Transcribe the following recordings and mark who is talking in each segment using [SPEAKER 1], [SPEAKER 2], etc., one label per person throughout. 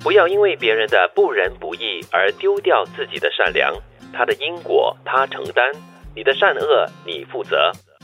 [SPEAKER 1] 不要因为别人的不仁不义而丢掉自己的善良，他的因果他承担，你的善恶你负责。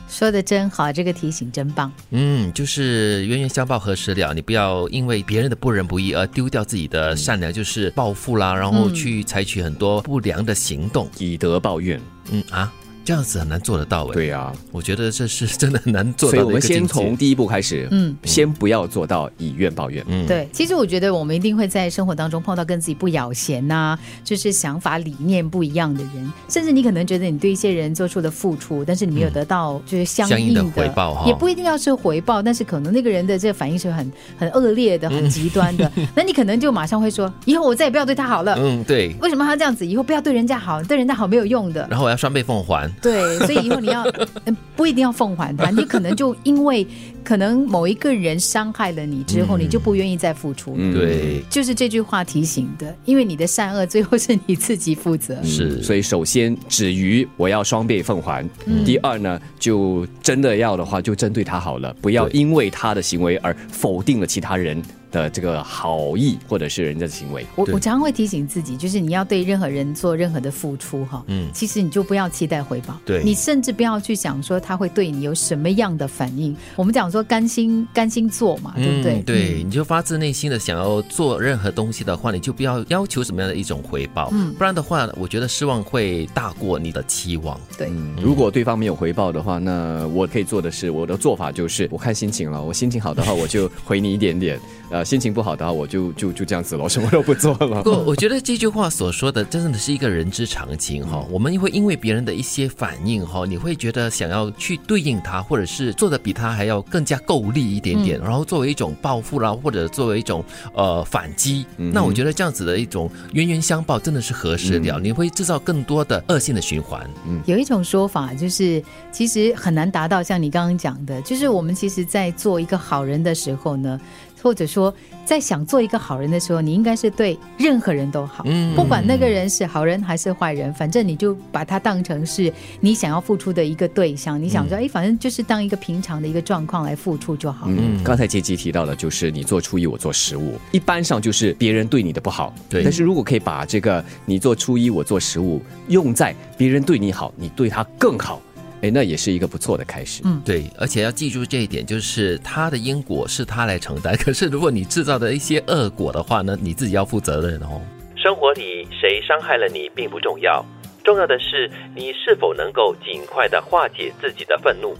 [SPEAKER 2] 说的真好，这个提醒真棒。
[SPEAKER 3] 嗯，就是冤冤相报何时了？你不要因为别人的不仁不义而丢掉自己的善良，就是报复啦，然
[SPEAKER 2] 嗯
[SPEAKER 3] 后去采取很多不良的行动。
[SPEAKER 4] 以德报怨。
[SPEAKER 3] 嗯啊，这样子很难做得到诶。，
[SPEAKER 4] 对啊，
[SPEAKER 3] 我觉得这是真的很难做
[SPEAKER 4] 所以
[SPEAKER 3] 到
[SPEAKER 4] 我
[SPEAKER 3] 的一
[SPEAKER 4] 们
[SPEAKER 3] 个境
[SPEAKER 4] 先
[SPEAKER 3] 界。
[SPEAKER 4] 从第一步开始，
[SPEAKER 2] 嗯
[SPEAKER 4] 先不要做到以怨报怨。
[SPEAKER 3] 嗯，
[SPEAKER 2] 对，其实我觉得我们一定会在生活当中碰到跟自己不咬弦呐、就是想法理念不一样的人，甚至你可能觉得你对一些人做出的付出，但是你没有得到就是相
[SPEAKER 3] 嗯相
[SPEAKER 2] 应
[SPEAKER 3] 应
[SPEAKER 2] 的
[SPEAKER 3] 的回报哈
[SPEAKER 2] 也不一定要是回报，但是可能那个人的这个反应是很很恶劣的、很极端的， 那你可能就马上会说，以后我再也不要对他好了，
[SPEAKER 3] 嗯对，
[SPEAKER 2] 为什么他要这样子？以后不要对人家好，对人家好没有用的。
[SPEAKER 3] 然后我要双倍奉还。
[SPEAKER 2] 对，所以以后 你要、嗯不一定要奉还他，你可能就因为可能某一个人伤害了你之
[SPEAKER 3] 嗯
[SPEAKER 2] 后，你就不愿意再付出。
[SPEAKER 4] 嗯
[SPEAKER 3] 对，
[SPEAKER 2] 就是这句话提醒的，因为你的善恶最后是你自己负责。
[SPEAKER 3] 是
[SPEAKER 4] 嗯所以首先止于我要双倍奉还。
[SPEAKER 2] 嗯
[SPEAKER 4] 第二呢，就真的要的话，就针对他好了，不要
[SPEAKER 3] 对
[SPEAKER 4] 因为他的行为而否定了其他人的这个好意或者是人家的行为。
[SPEAKER 2] 我
[SPEAKER 3] 对
[SPEAKER 2] 我常常会提醒自己，就是你要对任何人做任何的付出哈，
[SPEAKER 3] 嗯
[SPEAKER 2] 其实你就不要期待回报，
[SPEAKER 3] 对
[SPEAKER 2] 你甚至不要去想说他会对你有什么样的反应。我们讲说甘心甘心做嘛，对不对？
[SPEAKER 3] 嗯，对，你就发自内心的想要做任何东西的话，你就不要要求什么样的一种回报，
[SPEAKER 2] 嗯
[SPEAKER 3] 不然的话，我觉得失望会大过你的期望。
[SPEAKER 2] 对，
[SPEAKER 3] 嗯
[SPEAKER 4] 如果对方没有回报的话，那我可以做的是，我的做法就是我看心情了。我心情好的话，我就回你一点点；呃，心情不好的话，我就就就这样子了，我什么都不做了
[SPEAKER 3] 不。过，我觉得这句话所说的真的是一个人之常情哈、我们会因为别人的一些反应哈、你会觉得想要去对应他，或者是做的比他还要更加够力一点点，然后作为一种报复啦，或者作为一种呃反击、那我觉得这样子的一种冤冤相报真的是何时了、你会制造更多的恶性的循环。
[SPEAKER 2] 有一种说法就是，其实很难达到像你刚刚讲的，就是我们其实，在做一个好人的时候呢，或者说在想做一个好人的时候，你应该是对任何人都好，
[SPEAKER 3] 嗯
[SPEAKER 2] 不管那个人是好人还是坏人，反正你就把他当成是你想要付出的一个对象，你想说，哎、反正就是当一个平常的一个状况来付出就好了。
[SPEAKER 4] 嗯，刚才杰吉提到的，就是你做初一，我做十五，一般上就是别人对你的不好。
[SPEAKER 3] 对
[SPEAKER 4] 但是如果可以把这个你做初一，我做十五，用在别人对你好，你对他更好，哎，那也是一个不错的开始。
[SPEAKER 2] 嗯
[SPEAKER 3] 对，而且要记住这一点，就是他的因果是他来承担，可 是如果你制造的一些恶果的话呢，你自己要负责任哦。
[SPEAKER 1] 生活里谁伤害了你并不重要，重要的是你是否能够尽快的化解自己的愤怒。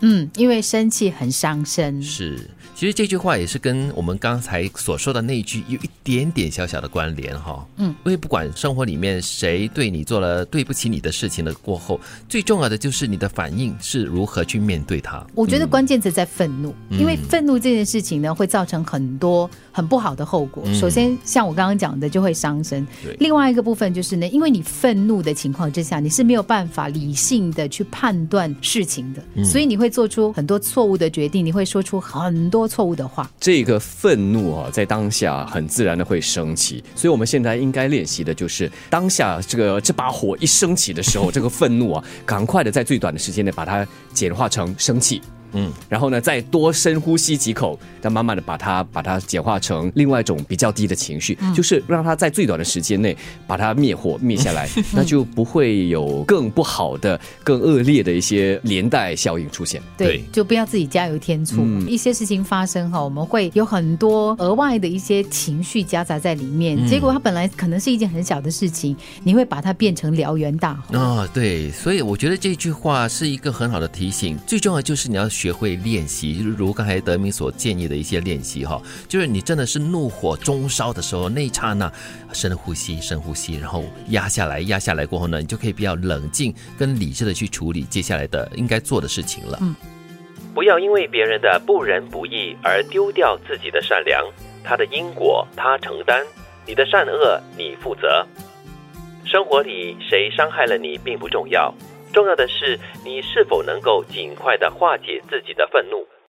[SPEAKER 2] 嗯，因为生气很伤身。
[SPEAKER 3] 是，其实这句话也是跟我们刚才所说的那一句有一点点小小的关联哈、
[SPEAKER 2] 嗯，
[SPEAKER 3] 因为不管生活里面谁对你做了对不起你的事情了过后，最重要的就是你的反应是如何去面对它。
[SPEAKER 2] 我觉得关键词在愤怒，
[SPEAKER 3] 嗯
[SPEAKER 2] 因为愤怒这件事情呢，会造成很多很不好的后果。
[SPEAKER 3] 嗯
[SPEAKER 2] 首先，像我刚刚讲的，就会伤身
[SPEAKER 3] 对；
[SPEAKER 2] 另外一个部分就是呢，因为你愤怒的情况之下，你是没有办法理性的去判断事情的，
[SPEAKER 3] 嗯
[SPEAKER 2] 所以你会做出很多错误的决定，你会说出很多错误的话。
[SPEAKER 4] 这个愤怒啊，在当下很自然的会升起，所以我们现在应该练习的就是当下这个这把火一升起的时候，这个愤怒啊，赶快的在最短的时间内把它简化成生气。
[SPEAKER 3] 嗯，
[SPEAKER 4] 然后呢，再多深呼吸几口，再慢慢的把它把它简化成另外一种比较低的情绪，就是让它在最短的时间内把它灭火灭下来，那就不会有更不好的、更恶劣的一些连带效应出现。
[SPEAKER 2] 对
[SPEAKER 3] 对，嗯
[SPEAKER 2] 就不要自己加油添醋。一些事情发生哈，我们会有很多额外的一些情绪夹杂在里面，
[SPEAKER 3] 嗯
[SPEAKER 2] 结果它本来可能是一件很小的事情，你会把它变成燎原大火。
[SPEAKER 3] 啊、对，所以我觉得这句话是一个很好的提醒。最重要就是你要学会练习，就是如刚才德明所建议的一些练习哈，就是你真的是怒火中烧的时候，那一刹那，深呼吸，深呼吸，然后压下来，压下来过后呢，你就可以比较冷静跟理智的去处理接下来的应该做的事情了。
[SPEAKER 1] 不要因为别人的不仁不义而丢掉自己的善良，他的因果他承担，你的善恶你负责。生活里谁伤害了你并不重要，重要的是你是否能够尽快的化解自己的愤怒。